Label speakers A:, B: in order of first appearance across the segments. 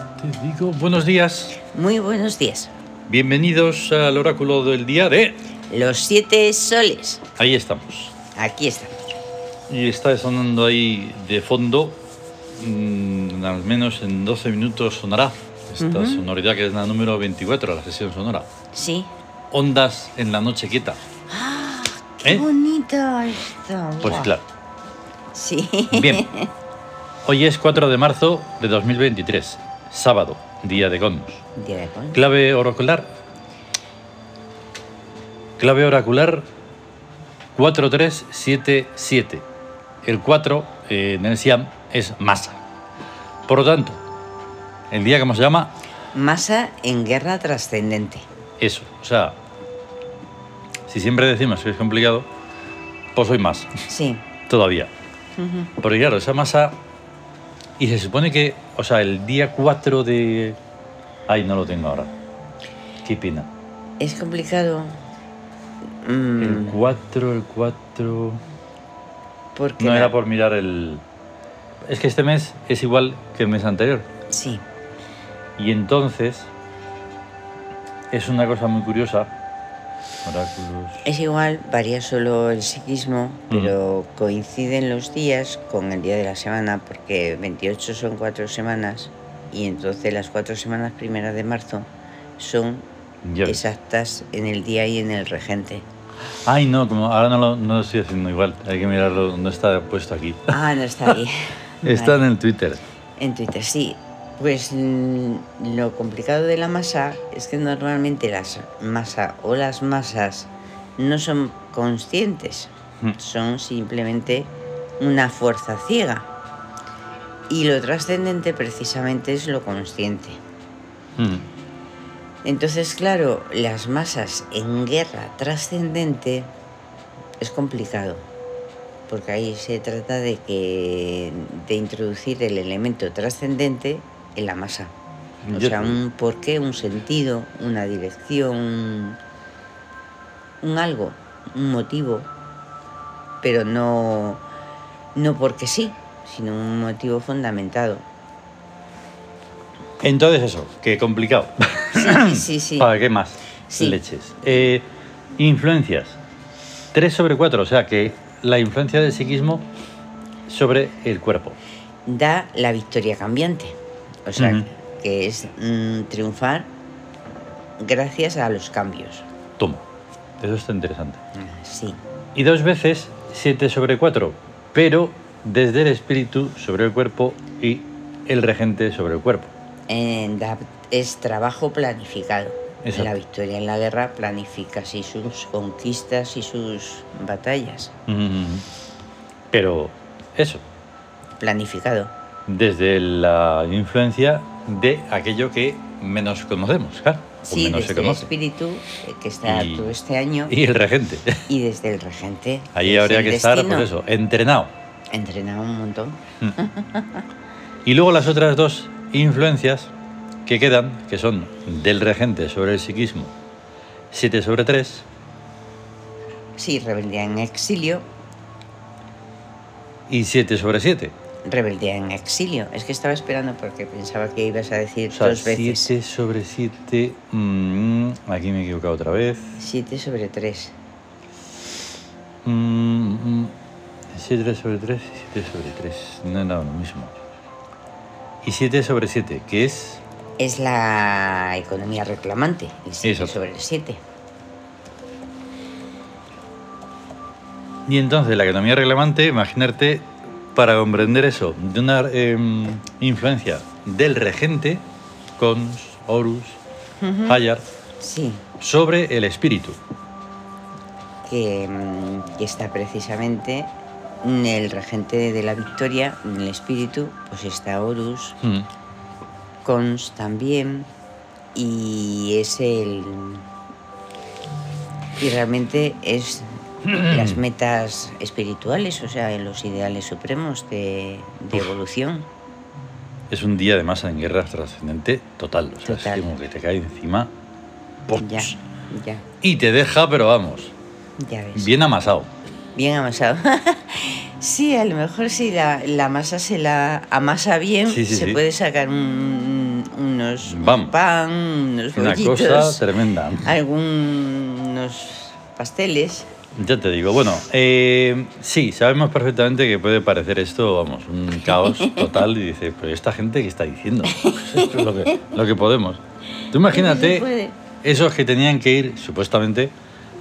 A: público, buenos días.
B: Muy buenos días.
A: Bienvenidos al oráculo del día de...
B: Los siete soles.
A: Ahí estamos.
B: Aquí estamos.
A: Y está sonando ahí de fondo, mm, al menos en 12 minutos sonará esta sonoridad que es la número 24, la sesión sonora.
B: Sí.
A: Ondas en la noche quieta.
B: ¡Ah! ¡Qué
A: ¿Eh?
B: bonito esto!
A: Pues
B: Guau.
A: claro.
B: Sí.
A: Bien. Hoy es 4 de marzo de 2023, sábado, día de Gondos.
B: Día de con-
A: Clave oracular. Clave oracular 4377. El 4 eh, en el Siam es masa. Por lo tanto, el día como se llama,
B: Masa en guerra trascendente.
A: eso. O sea, si siempre decimos que es complicado, pues hoy más,
B: Sí.
A: todavía.
B: Ujú.
A: Porque claro, esa masa. Y se supone que, o sea, el día 4 de. Ay, no lo tengo ahora. Qué pena.
B: Es complicado. Mm,
A: El 4, el 4.
B: porque
A: No
B: la-
A: era por mirar el. Es que este mes es igual que el mes anterior.
B: Sí.
A: Y entonces. Es una cosa muy curiosa. Oráculos.
B: Es igual, varía solo el psiquismo, pero coinciden los días con el día de la semana, porque 28 son cuatro semanas, y entonces las cuatro semanas primeras de marzo son
A: Ya ves.
B: exactas en el día y en el regente.
A: Ay, no, como ahora no lo, no lo estoy haciendo igual. Hay que mirarlo. No está puesto aquí.
B: Ah, no está ahí.
A: Está en
B: Vale.
A: el Twitter.
B: En Twitter, sí. Pues mm, lo complicado de la masa es que normalmente las masa o las masas no son conscientes.
A: Mm.
B: son simplemente una fuerza ciega. Y lo trascendente precisamente es lo consciente.
A: Mm.
B: Entonces, claro, las masas en guerra trascendente es complicado, porque ahí se trata de que de introducir el elemento trascendente en la masa. O
A: Yo-
B: sea, un porqué, un sentido, una dirección, un, un algo, un motivo, pero no, no porque sí, sino un motivo fundamentado.
A: Entonces, eso, que complicado.
B: Sí, sí, sí.
A: ¿Para Ah, qué más?
B: Sí.
A: Leches. Eh, influencias. 3 sobre 4, o sea que la influencia del psiquismo sobre el cuerpo.
B: Da la victoria cambiante, o sea,
A: Ujú.
B: que es mm, triunfar gracias a los cambios.
A: Toma. Eso está interesante.
B: Sí,
A: Y dos veces 7 sobre 4, pero desde el espíritu sobre el cuerpo y el regente sobre el cuerpo.
B: En la- es trabajo planificado.
A: Exacto.
B: La victoria en la guerra planifica así sus conquistas y sus batallas.
A: Mm. Pero eso,
B: Planificado.
A: desde la influencia de aquello que menos conocemos, claro. o
B: Sí,
A: Pues menos
B: desde
A: se
B: el
A: conoce.
B: espíritu eh, que está
A: Y-
B: todo este año y,
A: Y el regente.
B: desde el regente.
A: Ahí
B: que es
A: habría
B: el
A: que estar,
B: destino.
A: pues eso, entrenado.
B: Entrenado un montón.
A: Y luego las otras dos influencias que quedan, que son del regente sobre el psiquismo, 7 sobre 3,
B: Sí, rebeldía en exilio.
A: y 7 sobre 7.
B: Rebeldía en exilio. Es que estaba esperando porque pensaba que ibas a decir
A: O sea,
B: dos veces.
A: 7 sobre 7... aquí me he equivocado otra vez.
B: Siete sobre tres.
A: Mm, 7 sobre 3 y 7 sobre 3. No he dado lo mismo. Y 7 sobre 7, que es...
B: es la economía reclamante, el 7
A: Eso.
B: sobre el 7.
A: Y entonces la economía relevante, imaginarte, para comprender eso, de una em, influencia del regente, Cons, Horus, Hayar,
B: Sí,
A: sobre el espíritu.
B: que, mm, que está precisamente en el regente de la victoria, en el espíritu, pues está Horus,
A: Mm.
B: Cons también, y es el... Y realmente es las metas espirituales, o sea, los ideales supremos de, de evolución.
A: Es un día de masa en guerra trascendente total. O sea,
B: Total.
A: es como que te cae encima. ¡pops!
B: Ya, ya,
A: Y te deja, pero vamos,
B: ya ves.
A: bien amasado.
B: Bien amasado. sí, a lo mejor si la, la masa se la amasa bien,
A: Sí, sí,
B: se
A: sí.
B: puede sacar un, un- unos un
A: Bam.
B: pan, unos
A: Una
B: bollitos,
A: cosa tremenda.
B: algunos pasteles.
A: Ya te digo, bueno, eh, sí, sabemos perfectamente que puede parecer esto, vamos, un caos total y dices, pero esta gente que está diciendo, Pues Esto es lo que, lo que podemos. Tú
B: se puede.
A: imagínate esos que tenían que ir, supuestamente,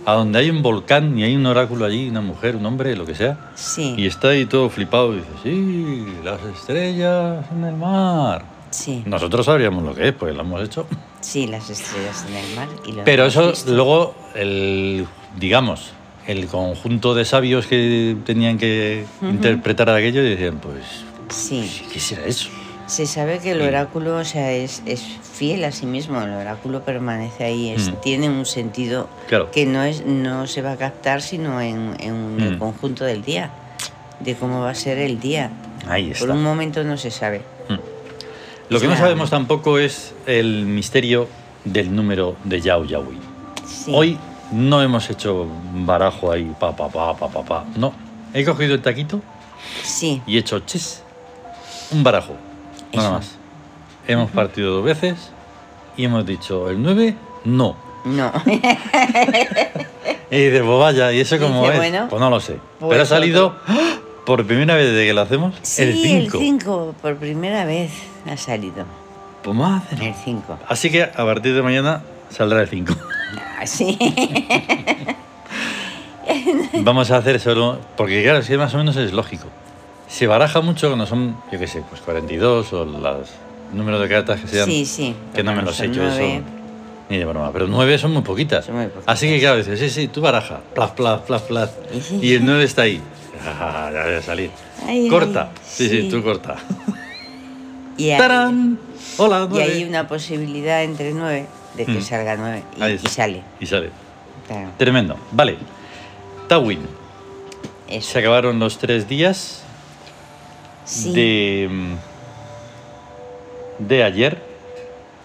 A: a donde hay un volcán y hay un oráculo allí, una mujer, un hombre, lo que sea,
B: Sí,
A: y está ahí todo flipado y dice, sí, las estrellas en el mar.
B: sí,
A: Nosotros sabríamos lo que es, pues lo hemos hecho.
B: sí, las estrellas en el mar. Y lo
A: Pero
B: hemos
A: eso
B: visto.
A: luego, el, digamos, el conjunto de sabios que tenían que interpretar aquello decían, pues,
B: Sí,
A: ¿qué será eso?
B: se sabe que el
A: Y-
B: oráculo o sea, es, es fiel a sí mismo, el oráculo permanece ahí, es-
A: Mm.
B: tiene un sentido
A: Claro.
B: que no, es, no se va a captar sino en, en el
A: Mm.
B: conjunto del día, de cómo va a ser el día.
A: Ahí está.
B: Por un momento no se sabe.
A: Lo que no
B: Claro.
A: sabemos tampoco es el misterio del número de Yao Yahui.
B: Sí.
A: Hoy no hemos hecho un barajo ahí, pa, pa, pa, pa, pa, pa. No. He cogido el taquito
B: Sí,
A: y he hecho chis. Un barajo. Nada
B: Eso.
A: más. Hemos partido dos veces y hemos dicho el 9, no.
B: no.
A: Y dices, pues vaya, ¿y eso cómo
B: Dice,
A: es?
B: bueno,
A: pues no lo sé.
B: pues
A: Pero ha salido ¡ah! por primera vez desde que lo hacemos
B: Sí,
A: el 5.
B: el 5, por primera vez ha salido.
A: Pues madre.
B: El 5.
A: Así que a partir de mañana saldrá el 5.
B: Así.
A: Vamos a hacer solo. Porque claro, es que más o menos es lógico. Se baraja mucho cuando son, yo qué sé, pues 42 o los números de cartas que sean.
B: Sí, sí.
A: Que no me los
B: Son
A: he hecho
B: nueve.
A: eso. Ni de broma. Pero 9 son muy poquitas.
B: Son muy poquitas.
A: Así que claro, dices, sí, sí, tú baraja. Plas, plas, plas, plas. Y el 9 está ahí. Ah, ya voy a salir.
B: Ay, ay,
A: corta. Sí, sí,
B: sí.
A: tú corta.
B: Y hay,
A: ¡Tarán! Hola,
B: y
A: nueve.
B: hay una posibilidad entre 9 de que
A: Mm.
B: salga 9 y,
A: Ahí
B: y
A: está.
B: sale.
A: Y sale.
B: Claro,
A: Tremendo. Vale. Tawin.
B: eso.
A: Se acabaron los tres días
B: Sí,
A: de. mm, de ayer,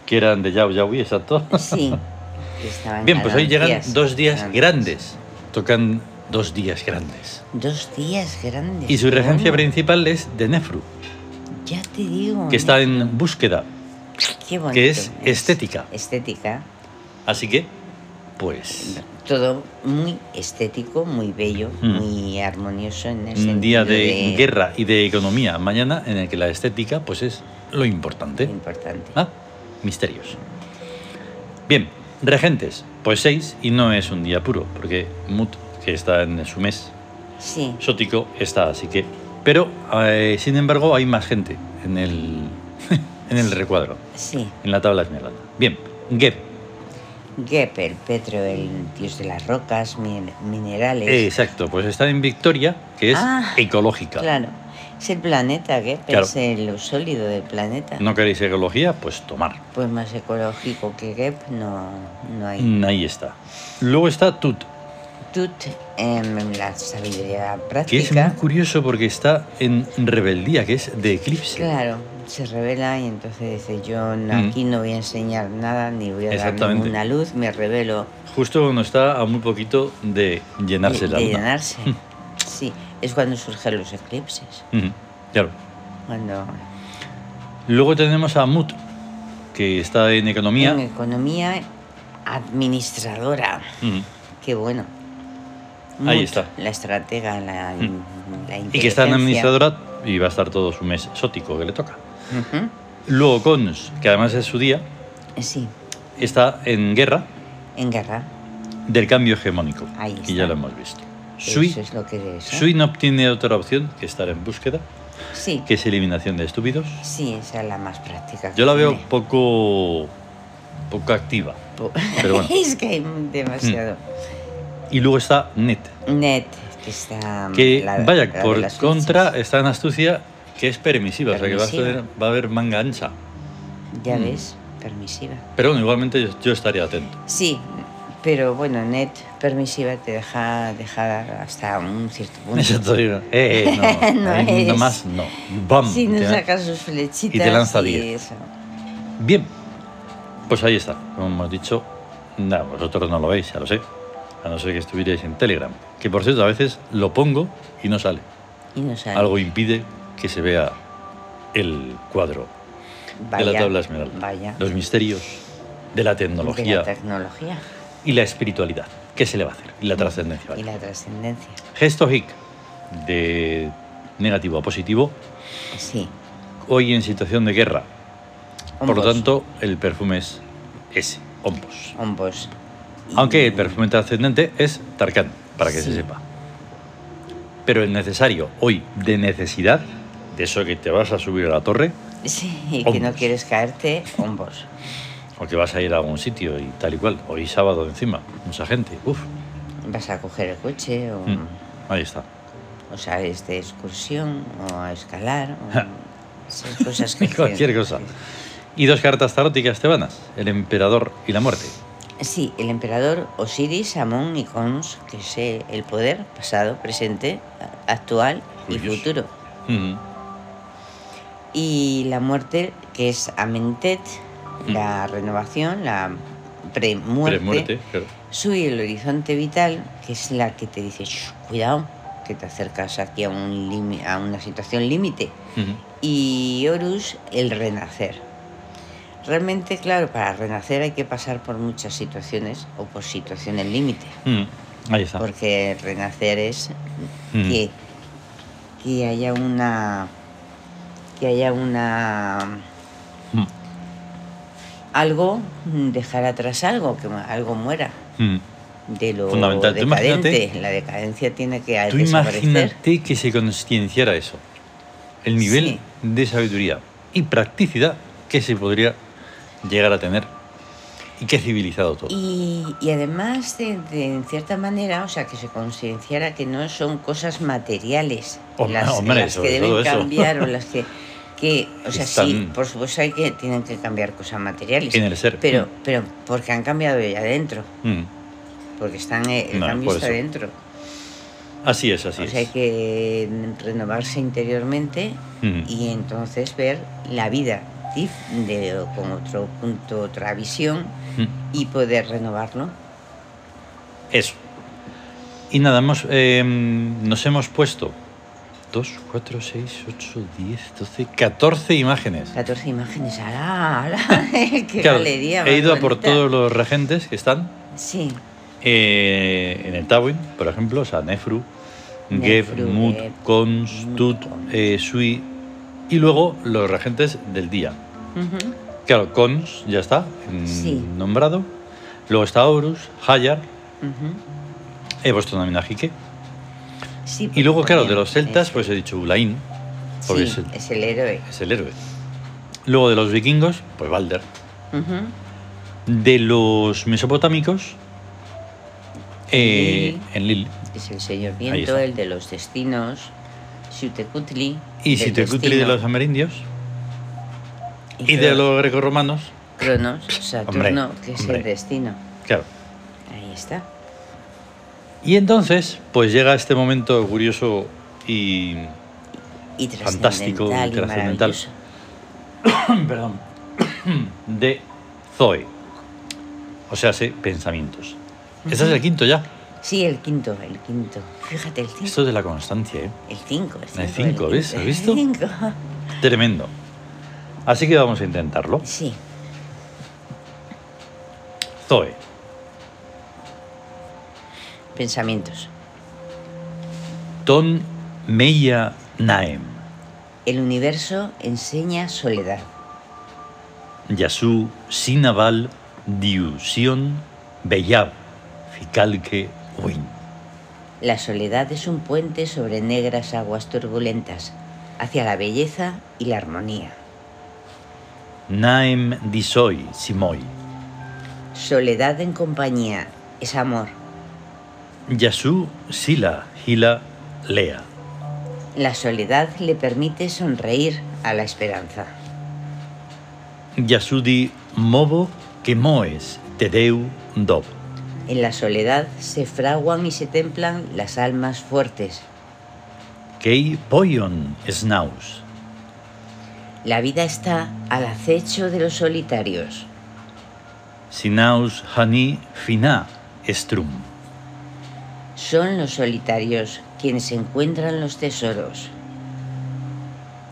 A: que eran de Yao Yaui, exacto.
B: sí. que estaban
A: Bien, pues hoy llegan
B: ganancias.
A: dos días
B: Ganancias.
A: grandes. Tocan dos días grandes.
B: Dos días grandes.
A: Y su
B: pero
A: regencia
B: bueno,
A: principal es de Nefru,
B: Ya te digo.
A: que
B: ¿eh?
A: está en búsqueda.
B: Qué bonito
A: que es estética.
B: Estética.
A: Así que, pues.
B: Todo muy estético, muy bello,
A: Mm.
B: muy armonioso en el
A: Un día
B: sentido
A: de guerra y de economía mañana en el que la estética pues es lo importante.
B: Importante.
A: Ah, misterios. Bien, regentes, pues seis y no es un día puro, porque Mut, que está en su mes,
B: Sí,
A: Sótico está, así que... Pero, eh, sin embargo, hay más gente en el, en el recuadro,
B: sí.
A: en la tabla esmeralda. Bien, Geb,
B: Gep, el Petro, el dios de las rocas, min- minerales.
A: exacto, pues está en Victoria, que es
B: Ah,
A: ecológica.
B: Claro. Es el planeta, Gep,
A: Claro.
B: es el sólido del planeta.
A: ¿No queréis ecología? Pues tomar.
B: Pues más ecológico que Gep no, no hay.
A: Mm, Ahí está. Luego está Tut,
B: Tut, em, la sabiduría
A: que es muy
B: práctica.
A: curioso porque está en rebeldía, que es de eclipse.
B: Claro, se revela y entonces dice, yo no-
A: Mm.
B: aquí no voy a enseñar nada, ni voy a dar
A: Exactamente.
B: ninguna luz, me revelo
A: Justo cuando está a muy poquito de llenarse
B: de,
A: la
B: de
A: luna.
B: llenarse. sí, es cuando surgen los eclipses.
A: Ujú, Claro.
B: Cuando
A: Luego tenemos a Mut, que está en economía.
B: en economía administradora.
A: Ujú,
B: Qué bueno.
A: Ahí
B: Mut,
A: está. Mm.
B: La estratega, la, in- la
A: Y que está en
B: inteligencia.
A: administradora y va a estar todo su mes exótico que le toca.
B: Ujú,
A: Luego Cons, que además es su día,
B: Sí,
A: está en guerra
B: en guerra.
A: del cambio hegemónico.
B: Ahí está.
A: Y ya lo hemos visto. Sui,
B: Eso es lo que es. ¿eh?
A: Sui no obtiene otra opción que estar en búsqueda,
B: Sí,
A: que es eliminación de estúpidos.
B: sí, esa es la más práctica. que
A: Yo la veo
B: tiene.
A: poco, poco activa.
B: Po-
A: pero bueno.
B: es que hay demasiado.
A: Y luego está Net,
B: Net, que está.
A: Mm.
B: mm,
A: Que
B: la-
A: vaya,
B: la de
A: por
B: las fichas.
A: contra está en astucia que es permisiva, o sea que va a,
B: Permisiva.
A: ser- va a haber manga ancha.
B: Ya
A: Mm.
B: ves, permisiva.
A: Pero bueno, igualmente yo, yo estaré atento.
B: Sí, pero bueno, net permisiva te deja dejar hasta un cierto punto.
A: Eso te digo, eh, eh, no,
B: No
A: ahí
B: es.
A: nada más no. Bam.
B: Si no
A: Te-
B: sacas sus flechitas.
A: y te lanza 10.
B: eso.
A: Bien, pues ahí está, como hemos dicho. Nada, vosotros no lo veis, ya lo sé. A no ser que estuvierais en Telegram. Que por cierto, a veces lo pongo y no sale.
B: Y no sale.
A: Algo impide que se vea el cuadro. de la
B: Vaya,
A: tabla esmeralda.
B: vaya.
A: Los misterios de la tecnología
B: De la tecnología
A: y la espiritualidad. ¿Qué se le va a hacer? Y
B: Mm.
A: la trascendencia.
B: y
A: vaya.
B: la trascendencia.
A: Gesto hic de negativo a positivo.
B: Sí.
A: Hoy en situación de guerra. Por lo
B: Hombos.
A: tanto, el perfume es ese, Hombos.
B: Hombos. Y-
A: Aunque el perfume trascendente es Tarkan, para que se
B: Sí.
A: sepa. Pero el necesario hoy de necesidad, de eso que te vas a subir a la torre,
B: Sí, y que no
A: Hombos.
B: quieres caerte, hombos.
A: o que vas a ir a algún sitio y tal y cual, hoy sábado encima, mucha gente, uff,
B: Vas a coger el coche o,
A: Mm. ahí está.
B: o sales de excursión o a escalar. O esas cosas que
A: Y cualquier
B: hacen.
A: cosa. Y dos cartas taróticas tebanas, el emperador y la muerte.
B: Sí, el emperador Osiris, Amón y Cons, que es eh, el poder pasado, presente, a- actual y
A: Cuyos.
B: futuro.
A: Ujú.
B: Y la muerte, que es Amentet,
A: Mm.
B: la renovación, la premuerte.
A: Pre-muerte, claro.
B: Sube el horizonte vital, que es la que te dice, "Shh, cuidado, que te acercas aquí a, un limi- a una situación límite.
A: Ujú.
B: Y Horus, el renacer. Realmente, claro, para renacer hay que pasar por muchas situaciones o por situaciones límite.
A: Ujú. Ahí está.
B: Porque renacer es
A: Ah. Mm.
B: que, que haya una. que haya una.
A: Ujú.
B: algo, mm, dejar atrás algo, que ma- algo muera
A: Ujú.
B: de lo
A: Fundamental. Tú
B: decadente.
A: imagínate-
B: la decadencia tiene que
A: Tú
B: desaparecer.
A: imagínate que se concienciara eso. El nivel
B: Sí.
A: de sabiduría y practicidad que se podría llegar a tener. Y qué civilizado todo.
B: Y, y además, de, de- en cierta manera, o sea, que se concienciara que no son cosas materiales
A: Hombre,
B: las,
A: hombre,
B: las
A: sobre
B: que deben
A: todo eso.
B: cambiar o las que, que o sea, sí,
A: Están-
B: por supuesto hay que tienen que cambiar cosas materiales.
A: En el ser.
B: Pero, pero porque han cambiado ya adentro,
A: Mm.
B: porque están eh, el
A: No,
B: cambio
A: por
B: está
A: eso.
B: adentro.
A: Así es, así
B: o sea, hay
A: es.
B: que renovarse interiormente
A: Mm.
B: y entonces ver la vida dif- de- con otro punto, otra visión
A: Mm.
B: y poder renovarlo.
A: Eso. Y nada, hemos, eh, nos hemos puesto 2, 4, 6, 8, 10, 12, 14 imágenes.
B: 14 imágenes, ¡ala! ala! ¡Qué
A: Claro,
B: galería!
A: he
B: más
A: ido a por
B: bonita!
A: todos los regentes que están
B: Sí,
A: Eh, en el Tawin, por ejemplo, o sea, Nefru, Geb,
B: Nefru, eh,
A: Mut,
B: Geb,
A: Cons,
B: Mut,
A: Tut,
B: Cons.
A: eh, Sui y luego los regentes del día.
B: ujú,
A: Claro, Cons ya está mm,
B: Sí.
A: nombrado. Luego está Horus, Hayar, eh,
B: ujú.
A: he puesto también a Jique.
B: Sí, porque
A: Y luego, claro, de
B: podían
A: los celtas,
B: tener-
A: pues he dicho Ulain, porque
B: sí,
A: es, el,
B: es el héroe.
A: es el héroe. Luego de los vikingos, pues Balder.
B: Ujú.
A: De los mesopotámicos, eh, en Lil.
B: Es el señor
A: Ahí
B: viento,
A: está.
B: el de los destinos, Siutecutli.
A: Y
B: del
A: si te de
B: destino,
A: los amerindios, Y de los grecorromanos,
B: Cronos, Saturno, que es
A: hombre.
B: el destino.
A: claro.
B: Ahí está.
A: Y entonces, pues llega este momento curioso y.
B: Y
A: Fantástico,
B: trascendental y
A: trascendental.
B: maravilloso.
A: Perdón. de Zoe. O sea, sí, pensamientos. Este es el quinto ya.
B: Sí, el quinto, el quinto. Fíjate, el 5.
A: Esto es de la constancia, ¿eh?
B: El 5.
A: El cinco, ¿ves? ¿Has visto?
B: El 5.
A: Tremendo. Así que vamos a intentarlo.
B: Sí.
A: Zoe.
B: Pensamientos.
A: Ton Meia Naem.
B: El universo enseña soledad.
A: Yasu Sinaval Diusion Beyab Ficalque Win.
B: La soledad es un puente sobre negras aguas turbulentas, hacia la belleza y la armonía.
A: Naem Disoi Simoi.
B: Soledad en compañía es amor.
A: Yasu Sila Hila Lea.
B: La soledad le permite sonreír a la esperanza.
A: Yasudi Mobo Kemoes Tedeu Dob.
B: En la soledad se fraguan y se templan las almas fuertes.
A: Kei Poion Snaus.
B: La vida está al acecho de los solitarios.
A: Sinaus Hani Fina Strum.
B: Son los solitarios quienes encuentran los tesoros.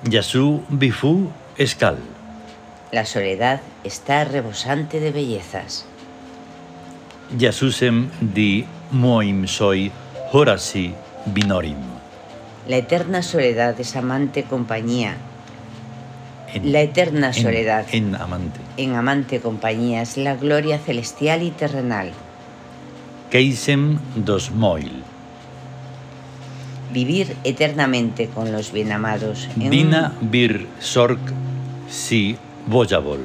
A: Yasu Bifu Escal.
B: La soledad está rebosante de bellezas.
A: Jasusem di moim soi horasi binorim.
B: La eterna soledad es amante compañía.
A: En-
B: La eterna
A: en-
B: soledad.
A: En amante.
B: En amante compañía es la gloria celestial y terrenal.
A: Keisem dos moil.
B: Vivir eternamente con los bien amados. en un-
A: Dina bir sork si voyabol.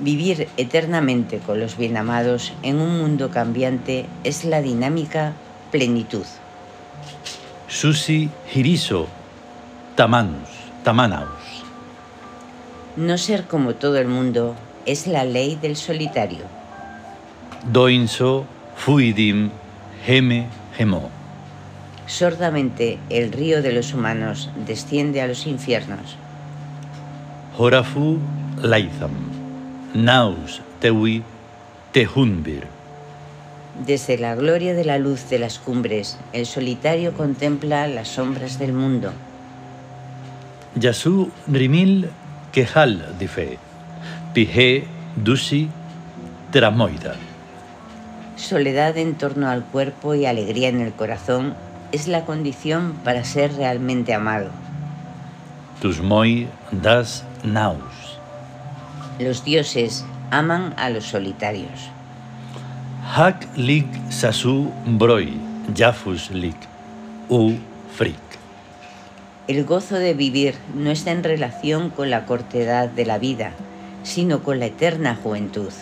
B: Vivir eternamente con los bien amados en un mundo cambiante es la dinámica plenitud.
A: Susi hiriso tamanus. Tamanaus.
B: No ser como todo el mundo es la ley del solitario.
A: Doinso fuidim geme gemo.
B: Sordamente el río de los humanos desciende a los infiernos.
A: Horafu laizam. Naus teui tehunbir.
B: Desde la gloria de la luz de las cumbres, el solitario contempla las sombras del mundo.
A: Yasu rimil quejal dife. Pije dusi tramoida.
B: Soledad en torno al cuerpo y alegría en el corazón es la condición para ser realmente amado.
A: Tusmoi das naus.
B: Los dioses aman a los solitarios.
A: Hak lik sasu broi, jafus lik, u frik.
B: El gozo de vivir no está en relación con la cortedad de la vida, sino con la eterna juventud.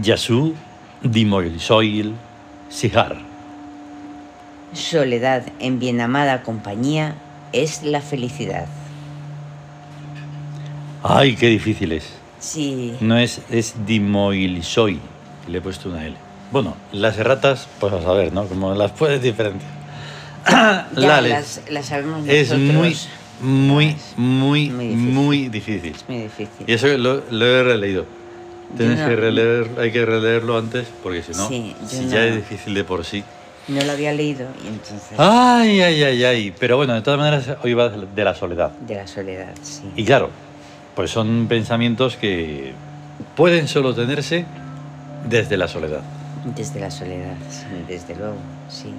A: Yasu dimoilsoil sihar.
B: Soledad en bien amada compañía es la felicidad.
A: Ay, qué difícil es.
B: Sí,
A: No es, es dimoilsoi. Le he puesto una L. Bueno, las erratas, pues a saber, ¿no? Como las puedes diferenciar.
B: ya
A: Lales.
B: las, las sabemos
A: Es
B: nosotros.
A: muy, muy,
B: Es
A: muy, muy
B: muy difícil.
A: difícil.
B: muy difícil.
A: Y eso lo, lo he releído. Tienes
B: Yo no-
A: que releer, hay que releerlo antes, porque si no,
B: Sí, yo
A: si
B: no.
A: ya es difícil de por sí.
B: No lo había leído y entonces...
A: Ah. Ay, ay, ay, ay. Pero bueno, de todas maneras, hoy va de la soledad.
B: De la soledad, sí.
A: Y claro, pues son pensamientos que pueden solo tenerse desde la soledad.
B: Desde la soledad, sí, desde luego, sí.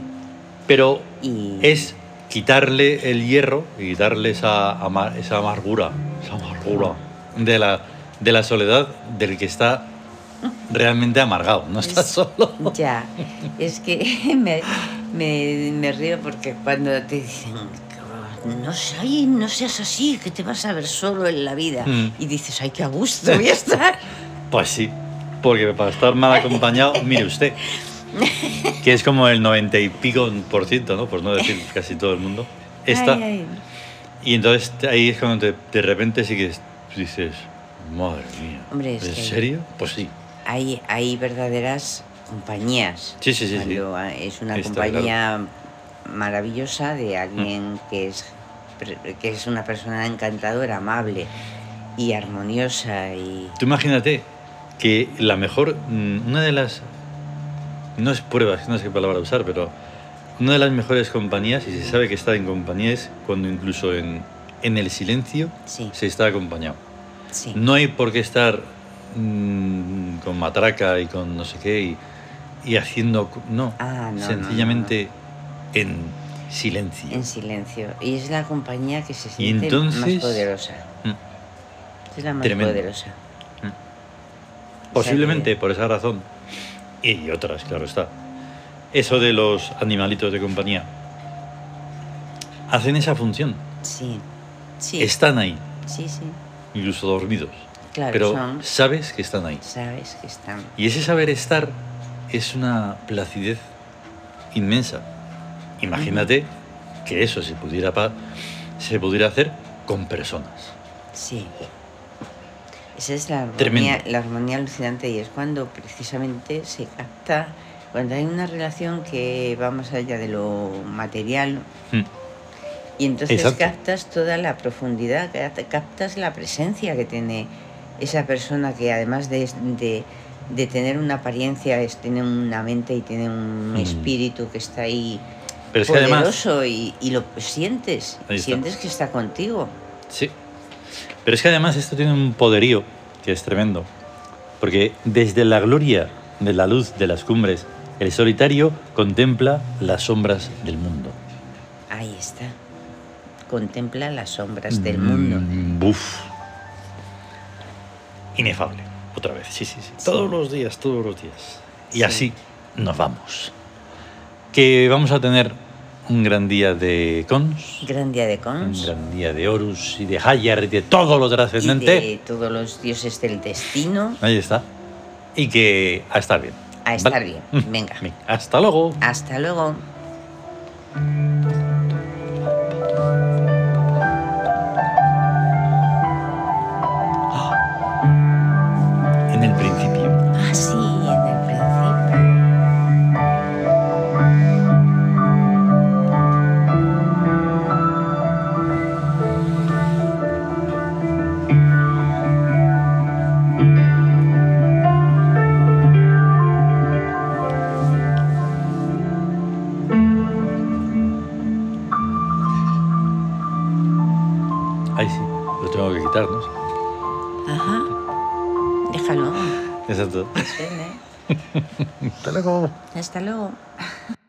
A: Pero
B: Y
A: es quitarle el hierro y quitarle esa, ama- esa amargura, esa amargura de la, de la soledad del que está realmente amargado. No está
B: Es-
A: solo.
B: ya, es que me, me- me río porque cuando te dicen, no, soy, no seas así, que te vas a ver solo en la vida,
A: Mm.
B: y dices, ay, qué a gusto voy a estar.
A: Pues sí, porque para estar mal acompañado, mire usted, que es como el 90 y pico por ciento, ¿no? Por no decir casi todo el mundo, está.
B: Ay, ay.
A: Y entonces te- ahí es cuando te- de repente sí que es- dices, madre mía,
B: Hombre, es
A: ¿en
B: que-
A: serio? Pues sí.
B: Hay, hay verdaderas compañías.
A: Sí, sí, sí, sí.
B: Cuando ah, es una
A: Está Mm.
B: compañía maravillosa de alguien que es pre- que es una persona encantadora, amable y armoniosa y
A: Tú imagínate que la mejor, mm, una de las, no es pruebas, no sé qué palabra usar, pero una de las mejores compañías, y se sabe que está en compañía, es cuando incluso en, en el silencio
B: sí,
A: se está acompañado.
B: sí.
A: No hay por qué estar mm, con matraca y con no sé qué y, y haciendo... co- No,
B: Ah, no, no,
A: sencillamente en silencio.
B: En silencio. Y es la compañía que se
A: Y
B: siente
A: entonces- mm.
B: más poderosa. Es la más
A: Tremendo. Mm.
B: poderosa.
A: Posiblemente por esa razón. Y otras, claro está. Eso de los animalitos de compañía. Hacen esa función.
B: Sí. Sí.
A: Están ahí,
B: Sí, sí.
A: incluso dormidos.
B: Claro,
A: pero
B: son-
A: sabes que están ahí.
B: Sabes que están.
A: Y ese saber estar es una placidez inmensa. Imagínate que eso se pudiera, pa- se pudiera hacer con personas.
B: Sí. Esa es la armonía,
A: Tremendo.
B: la armonía alucinante y es cuando precisamente se capta, cuando hay una relación que va más allá de lo material
A: Mm.
B: y entonces
A: Exacto.
B: captas toda la profundidad, ca- captas la presencia que tiene esa persona que además de, de- de tener una apariencia, es, tiene una mente y tiene un
A: Mm.
B: espíritu que está ahí
A: Pero es que además...
B: poderoso y, y lo sientes,
A: Ahí está.
B: sientes que está contigo.
A: Sí, Pero es que además esto tiene un poderío que es tremendo. Porque desde la gloria de la luz de las cumbres, el solitario contempla las sombras del mundo.
B: Ahí está. Contempla las sombras del mundo.
A: Mm, buf. Inefable. Otra vez, sí, sí, sí. Todos los días, todos los días. Y
B: Sí.
A: así nos vamos. Que vamos a tener un gran día de cons,
B: Gran día de
A: un
B: Cons.
A: gran día de Horus y de Hayar y de todo lo
B: Y
A: trascendente.
B: de todos los dioses del destino.
A: Ahí está. Y que a estar bien.
B: A estar
A: ¿Vale?
B: bien.
A: Mm.
B: Venga.
A: Hasta luego.
B: Hasta luego.
A: En el principio.
B: Ah, sí, en el principio.
A: Ahí sí. Lo tengo que quitar, ¿no?
B: Ajá. Déjalo.
A: Exacto.
B: suene.
A: Hasta luego.
B: Hasta luego.